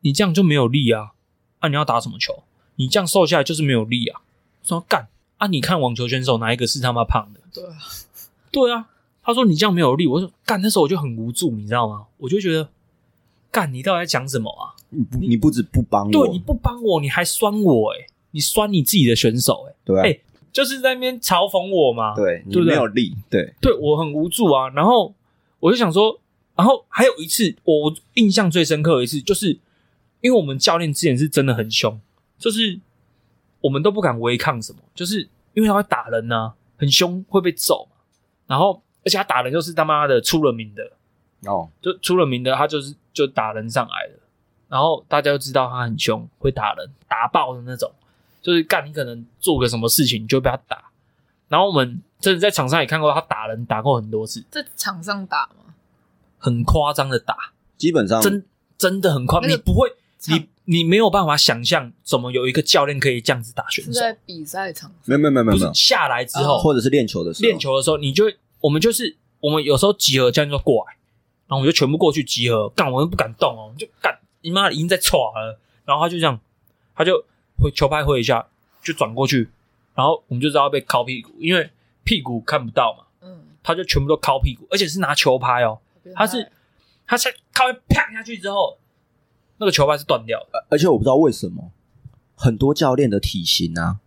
Speaker 5: 你这样就没有力啊，啊你要打什么球？你这样瘦下来就是没有力啊。说干啊，你看网球选手哪一个是他妈胖的？
Speaker 3: 对啊，
Speaker 5: 对啊，他说你这样没有力，我说干，那时候我就很无助，你知道吗？我就觉得干，你到底在讲什么啊？
Speaker 2: 你不你不止不帮我，
Speaker 5: 对，你不帮我，你还酸我、欸，你酸你自己的选手、欸，
Speaker 2: 对啊
Speaker 5: 哎就是在那边嘲讽我嘛。
Speaker 2: 对，你
Speaker 5: 对不对
Speaker 2: 没有力，对，
Speaker 5: 对我很无助啊。然后我就想说，然后还有一次我印象最深刻的一次，就是因为我们教练之前是真的很凶，就是我们都不敢违抗什么，就是因为他会打人啊呐、很凶会被揍嘛。然后而且他打人又是他妈的出了名的，
Speaker 2: 哦，
Speaker 5: 就出了名的，他就是就打人上来的，然后大家就知道他很凶，会打人，打爆的那种，就是干你可能做个什么事情你就会被他打。然后我们真的在场上也看过他打人，打过很多次，
Speaker 3: 在场上打吗？
Speaker 5: 很夸张的打，
Speaker 2: 基本上
Speaker 5: 真真的很夸张，
Speaker 3: 那个
Speaker 5: 你不会，
Speaker 3: 场
Speaker 5: 你你没有办法想象怎么有一个教练可以这样子打选
Speaker 2: 啊
Speaker 3: 是
Speaker 5: 手，
Speaker 3: 在比赛场
Speaker 2: 没有没有没有没
Speaker 5: 不
Speaker 2: 有
Speaker 5: 是
Speaker 2: 没
Speaker 5: 下来之
Speaker 2: 有，
Speaker 5: 后，
Speaker 2: 或者是练球的时候，
Speaker 5: 练球的时候，你就会我们就是我们有时候集合教练就过来，然后我们就全部过去集合，干我们不敢动哦，就干你妈已经在歘了，然后他就这样，他就回球拍挥一下，就转过去，然后我们就知道被敲屁股，因为屁股看不到嘛，
Speaker 3: 嗯，
Speaker 5: 他就全部都敲屁股，而且是拿球拍哦，他是他下敲啪下去之后，那个球拍是断掉的，
Speaker 2: 而且我不知道为什么很多教练的体型啊，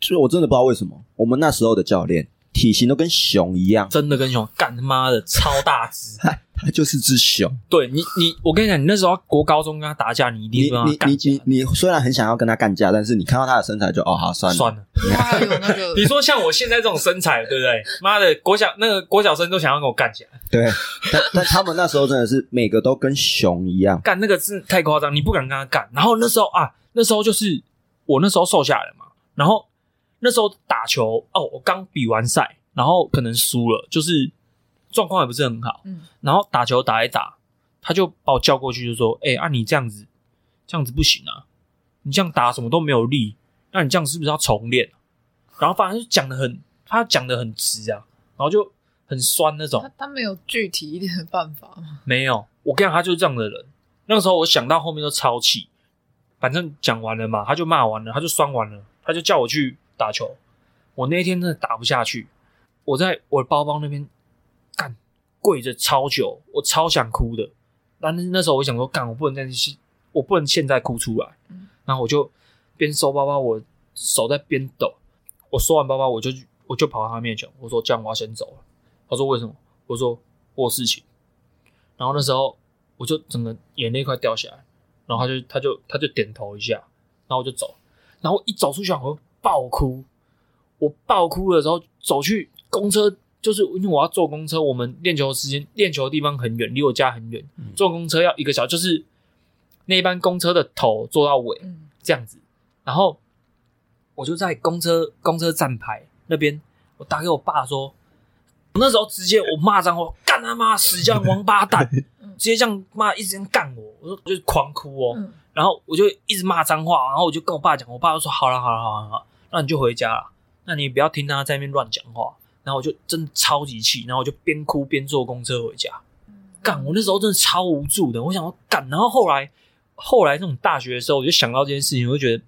Speaker 2: 就是我真的不知道为什么，我们那时候的教练体型都跟熊一样，
Speaker 5: 真的跟熊干他妈的超大只，
Speaker 2: 他就是只熊。
Speaker 5: 对你你我跟你讲，你那时候国高中跟他打架，你一
Speaker 2: 你
Speaker 5: 定跟
Speaker 2: 你
Speaker 5: 他
Speaker 2: 你
Speaker 5: 干架
Speaker 2: 你你虽然很想要跟他干架，但是你看到他的身材就哦好算了，
Speaker 5: 算了。
Speaker 3: 他有那个
Speaker 5: 你说像我现在这种身材，对不对？ 妈的，国小那个国小生都想要跟我干起来，
Speaker 2: 对， 但但他们那时候真的是每个都跟熊一样，
Speaker 5: 干那个是太夸张，你不敢跟他干。然后那时候啊，那时候就是我那时候瘦下来了嘛，然后那时候打球哦，我刚比完赛，然后可能输了，就是状况也不是很好，
Speaker 3: 嗯
Speaker 5: 然后打球打一打，他就把我叫过去，就说：“哎、啊你这样子，这样子不行啊，你这样打什么都没有力，那你这样是不是要重练、啊然后反正就讲的很，他讲的很直啊，然后就很酸那种
Speaker 3: 他。他没有具体一点的办法吗？
Speaker 5: 没有，我跟你讲，他就是这样的人。那个时候我想到后面都超气，反正讲完了嘛，他就骂完了，他就酸完了，他就叫我去打球。我那一天真的打不下去，我在我的包包那边干跪着超久，我超想哭的。但是那时候我想说，干我不能在现，我不能现在哭出来
Speaker 3: 嗯。
Speaker 5: 然后我就边收包包，我手在边抖。我收完包包，我就去我就跑到他面前，我说这样我要先走了。他说为什么？我说我有事情。然后那时候我就整个眼泪快掉下来，然后他就他就他就点头一下，然后我就走，然后一走出去我就爆哭，我爆哭的时候走去公车，就是因为我要坐公车，我们练球的时间练球的地方很远，离我家很远，坐公车要一个小时，就是那班公车的头坐到尾，
Speaker 3: 嗯，
Speaker 5: 这样子。然后我就在公车公车站牌那边，我打给我爸说，我那时候直接我骂脏话，干他妈死这样王八蛋，
Speaker 3: 嗯
Speaker 5: 直接这样骂，一直这样干我，我说就是狂哭哦。
Speaker 3: 嗯
Speaker 5: 然后我就一直骂脏话，然后我就跟我爸讲，我爸就说好了好了好了好了，那你就回家了，那你不要听他在那边乱讲话。然后我就真的超级气，然后我就边哭边坐公车回家。干，我那时候真的超无助的，我想要干。然后后来，后来那种大学的时候，我就想到这件事情，我就觉得，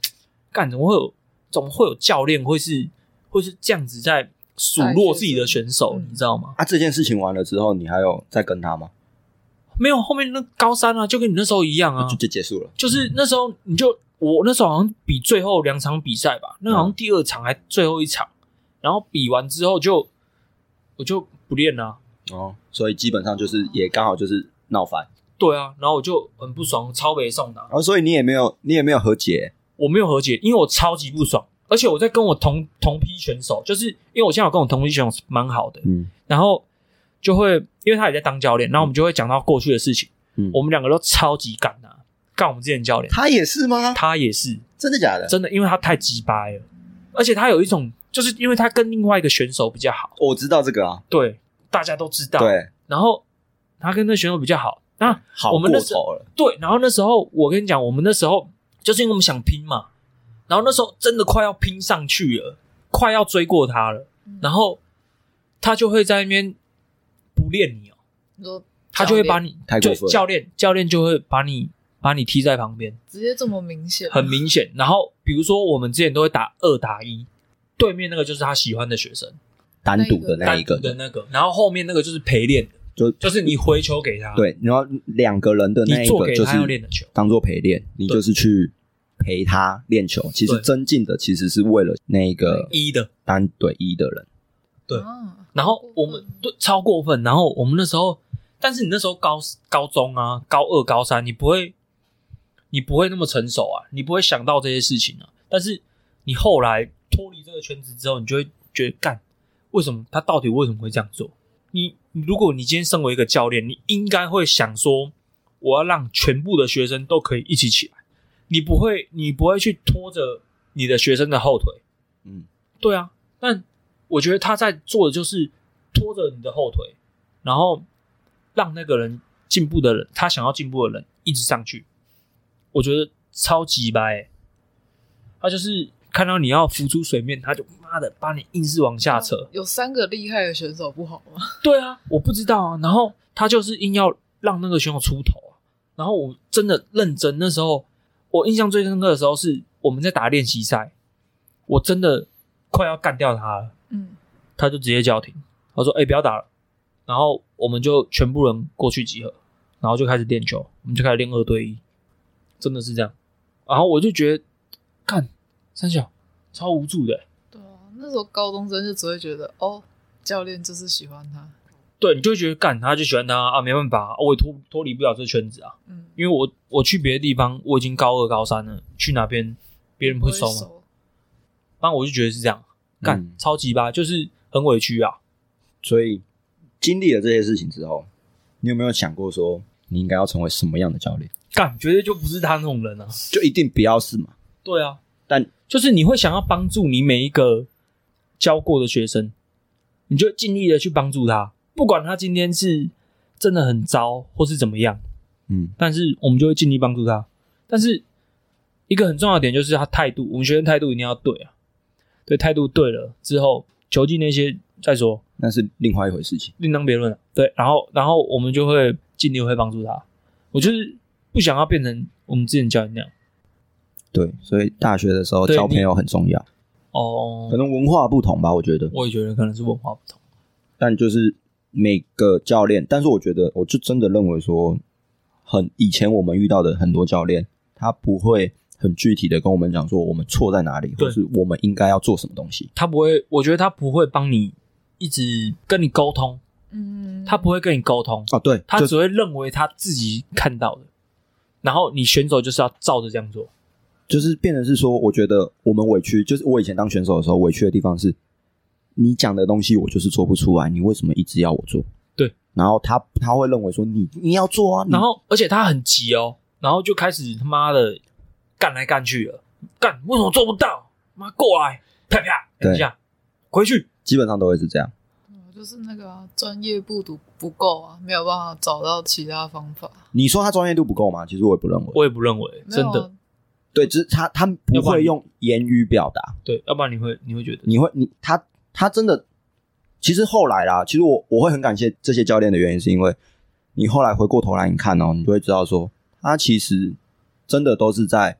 Speaker 5: 干怎么会有，怎么会有教练会是会是这样子在数落自己的选手，
Speaker 3: 嗯
Speaker 5: 你知道吗？
Speaker 2: 啊，这件事情完了之后，你还有再跟他吗？
Speaker 5: 没有，后面那高三啊，就跟你那时候一样啊
Speaker 2: 就，就结束了。
Speaker 5: 就是那时候你就我那时候好像比最后两场比赛吧，那好像
Speaker 2: 嗯
Speaker 5: 第二场还最后一场，然后比完之后就我就不练了啊、
Speaker 2: 哦，所以基本上就是也刚好就是闹翻，
Speaker 5: 对啊，然后我就很不爽，超北送的啊、
Speaker 2: 然、后所以你也没有你也没有和解，
Speaker 5: 我没有和解，因为我超级不爽，而且我在跟我同同批选手，就是因为我现在有跟我同批选手蛮好的，
Speaker 2: 嗯
Speaker 5: 然后就会因为他也在当教练，然后我们就会讲到过去的事情，
Speaker 2: 嗯
Speaker 5: 我们两个都超级敢啊，干我们之前的教练，
Speaker 2: 他也是吗？
Speaker 5: 他也是
Speaker 2: 真的假的？
Speaker 5: 真的，因为他太鸡掰了，而且他有一种就是因为他跟另外一个选手比较好，
Speaker 2: 我知道这个啊，
Speaker 5: 对，啊大家都知道，，
Speaker 2: 对，
Speaker 5: 然后他跟那选手比较好，那、
Speaker 2: 好
Speaker 5: 我
Speaker 2: 过
Speaker 5: 们那时候
Speaker 2: 头了，
Speaker 5: 对，然后那时候我跟你讲，我们那时候就是因为我们想拼嘛，然后那时候真的快要拼上去了，快要追过他了，然后他就会在那边不练你哦，
Speaker 3: 你说
Speaker 5: 他就会把你
Speaker 2: 太过
Speaker 5: 对
Speaker 2: 分了
Speaker 5: 教练教练就会把你把你踢在旁边，
Speaker 3: 直接这么明显，
Speaker 5: 很明显。然后比如说我们之前都会打二打一，对面那个就是他喜欢的学生，
Speaker 2: 单独的那一个
Speaker 5: 单独的那个，然后后面那个就是陪练的，
Speaker 2: 就
Speaker 5: 就是你回球给他，，
Speaker 2: 对，然后两个人的那
Speaker 5: 你
Speaker 2: 一
Speaker 5: 做
Speaker 2: 个
Speaker 5: 给
Speaker 2: 就
Speaker 5: 他要练
Speaker 2: 是
Speaker 5: 的球，
Speaker 2: 当做陪练，你
Speaker 5: 对
Speaker 2: 就是去陪他练球。其实
Speaker 5: 对
Speaker 2: 增进的其实是为了那个
Speaker 5: 一的。
Speaker 2: 单对一的人，
Speaker 5: 对
Speaker 3: 啊
Speaker 5: 然后我们对超过分，然后我们那时候，但是你那时候高高中啊，高二、高三，你不会，你不会那么成熟啊，你不会想到这些事情啊。但是你后来脱离这个圈子之后，你就会觉得干，为什么他到底为什么会这样做？你如果你今天身为一个教练，你应该会想说，我要让全部的学生都可以一起起来，你不会，你不会去拖着你的学生的后腿。
Speaker 2: 嗯，
Speaker 5: 对啊，但我觉得他在做的就是拖着你的后腿，然后让那个人进步的人，他想要进步的人一直上去。我觉得超级白、欸，他就是看到你要浮出水面，他就妈的把你硬是往下扯。
Speaker 3: 有三个厉害的选手不好吗？
Speaker 5: 嗯对啊，我不知道啊。然后他就是硬要让那个选手出头啊。然后我真的认真，那时候我印象最深刻的时候是我们在打练习赛，我真的快要干掉他了，
Speaker 3: 嗯，
Speaker 5: 他就直接叫停，他说：“哎、不要打了。”然后我们就全部人过去集合，然后就开始练球，我们就开始练二对一，真的是这样。然后我就觉得，干三小超无助的欸、
Speaker 3: 对啊，那时候高中生就只会觉得哦，教练就是喜欢他，
Speaker 5: 对你就会觉得干他就喜欢他啊，没办法，我也脱脱离不了这圈子啊。
Speaker 3: 嗯，
Speaker 5: 因为我我去别的地方，我已经高二高三了，去哪边别人
Speaker 3: 不
Speaker 5: 会
Speaker 3: 会
Speaker 5: 收吗？反正我就觉得是这样，干、
Speaker 2: 嗯
Speaker 5: 超级吧，就是很委屈啊。
Speaker 2: 所以经历了这些事情之后，你有没有想过说你应该要成为什么样的教练？
Speaker 5: 干绝对就不是他那种人啊。
Speaker 2: 就一定不要是嘛？
Speaker 5: 对啊，
Speaker 2: 但
Speaker 5: 就是你会想要帮助你每一个教过的学生，你就尽力的去帮助他，不管他今天是真的很糟或是怎么样，
Speaker 2: 嗯
Speaker 5: 但是我们就会尽力帮助他。但是一个很重要的点就是他态度，我们学生态度一定要对啊，对态度对了之后，球技那些再说。
Speaker 2: 那是另外一回事情。
Speaker 5: 另当别论了。对，然后然后我们就会尽力会帮助他。我就是不想要变成我们之前教练那样。
Speaker 2: 对，所以大学的时候
Speaker 5: 对
Speaker 2: 交朋友很重要，
Speaker 5: 哦
Speaker 2: 可，能文化不同吧，我觉得。
Speaker 5: 我也觉得可能是文化不同。
Speaker 2: 但就是每个教练，但是我觉得，我就真的认为说，很以前我们遇到的很多教练，他不会很具体的跟我们讲说我们错在哪里，
Speaker 5: 对
Speaker 2: 或是我们应该要做什么东西。
Speaker 5: 他不会，我觉得他不会帮你一直跟你沟通，
Speaker 3: 嗯，
Speaker 5: 他不会跟你沟通，
Speaker 2: 哦，对，
Speaker 5: 他
Speaker 2: 就
Speaker 5: 只会认为他自己看到的。然后你选手就是要照着这样做，
Speaker 2: 就是变成是说，我觉得我们委屈，就是我以前当选手的时候委屈的地方是，你讲的东西我就是做不出来，你为什么一直要我做？
Speaker 5: 对，
Speaker 2: 然后他他会认为说你你要做啊，你
Speaker 5: 然后而且他很急哦，然后就开始他妈的干来干去了，干为什么做不到？妈过来，啪啪两
Speaker 2: 对
Speaker 5: 下，回去
Speaker 2: 基本上都会是这样。
Speaker 3: 嗯就是那个啊专、业不读不够啊，没有办法找到其他方法。
Speaker 2: 你说他专业度不够吗？其实我也不认为。
Speaker 5: 我也不认为，
Speaker 3: 没
Speaker 5: 真
Speaker 3: 有啊
Speaker 5: 的，
Speaker 2: 对，只是他他不
Speaker 5: 要不然
Speaker 2: 会
Speaker 5: 你
Speaker 2: 用言语表达，
Speaker 5: 对，要不然你会你会觉得
Speaker 2: 你会你他他真的，其实后来啊啦，其实我我会很感谢这些教练的原因，是因为你后来回过头来你看哦，你就会知道说，他其实真的都是在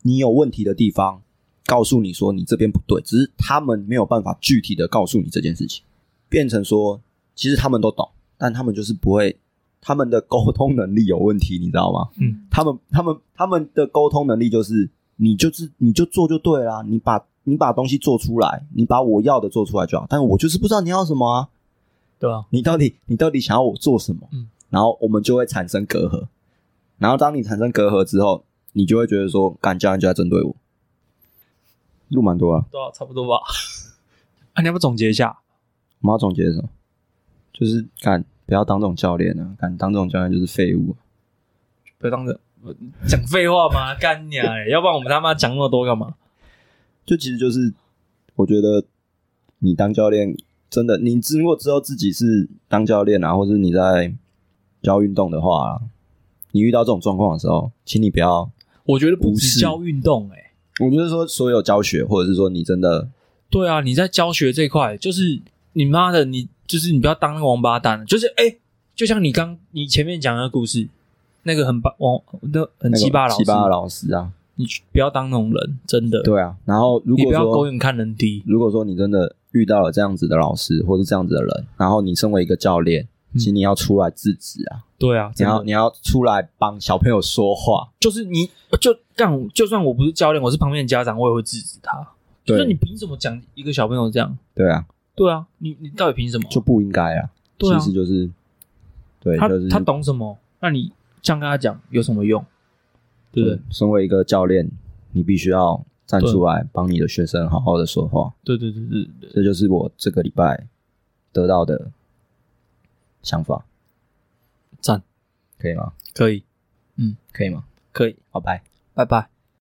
Speaker 2: 你有问题的地方告诉你说你这边不对，只是他们没有办法具体的告诉你这件事情，变成说其实他们都懂，但他们就是不会，他们的沟通能力有问题，你知道吗？
Speaker 5: 嗯
Speaker 2: 他们他们他们的沟通能力就是，你就是你就做就对啦，你把你把东西做出来，你把我要的做出来就好。但我就是不知道你要什么啊，
Speaker 5: 对啊，
Speaker 2: 你到底你到底想要我做什么？
Speaker 5: 嗯
Speaker 2: 然后我们就会产生隔阂，然后当你产生隔阂之后，你就会觉得说，干教练就在针对我，录蛮多啊。
Speaker 5: 对啊，差不多吧。 啊，你要不总结一下？
Speaker 2: 我们要总结什么？就是干不要当这种教练啊，干当这种教练就是废物啊、
Speaker 5: 不要当着讲废话嘛，干你啊！要不然我们他妈讲那么多干嘛？
Speaker 2: 就其实就是，我觉得你当教练真的，你如果知道自己是当教练啊，或是你在教运动的话、啊你遇到这种状况的时候，请你不要。
Speaker 5: 我觉得不
Speaker 2: 无
Speaker 5: 止
Speaker 2: 视
Speaker 5: 教运动、欸，哎，
Speaker 2: 我不是说所有教学，或者是说你真的
Speaker 5: 对啊，你在教学这块，就是你妈的，你就是你不要当那个王八蛋，就是哎、欸就像你刚你前面讲的故事，那个很巴王那很
Speaker 2: 那个
Speaker 5: 鸡巴老
Speaker 2: 鸡
Speaker 5: 师，
Speaker 2: 巴老师啊，
Speaker 5: 你不要当那种人，真的，
Speaker 2: 对啊。然后如
Speaker 5: 你
Speaker 2: 果
Speaker 5: 不要狗
Speaker 2: 说
Speaker 5: 眼看人低，
Speaker 2: 如果说你真的遇到了这样子的老师，或是这样子的人，然后你身为一个教练，
Speaker 5: 嗯
Speaker 2: 请你要出来制止啊，
Speaker 5: 对啊，
Speaker 2: 你
Speaker 5: 真的
Speaker 2: 要你要出来帮小朋友说话，
Speaker 5: 就是你就干，就算我不是教练，我是旁边的家长，我也会制止他。就是你
Speaker 2: 对
Speaker 5: 凭什么讲一个小朋友这样？
Speaker 2: 对啊，
Speaker 5: 对啊，你你到底凭什么？
Speaker 2: 就不应该啊。
Speaker 5: 对啊
Speaker 2: 其实就是对，
Speaker 5: 他
Speaker 2: 就是
Speaker 5: 他懂什么？那你这样跟他讲有什么用？对不对？
Speaker 2: 身为一个教练，你必须要站
Speaker 5: 对
Speaker 2: 出来帮你的学生好好的说话。
Speaker 5: 对对对对对，
Speaker 2: 这就是我这个礼拜得到的想法，
Speaker 5: 赞，
Speaker 2: 可以吗？
Speaker 5: 可以，
Speaker 2: 可以吗？
Speaker 5: 可以，
Speaker 2: 好，拜。
Speaker 5: 拜拜。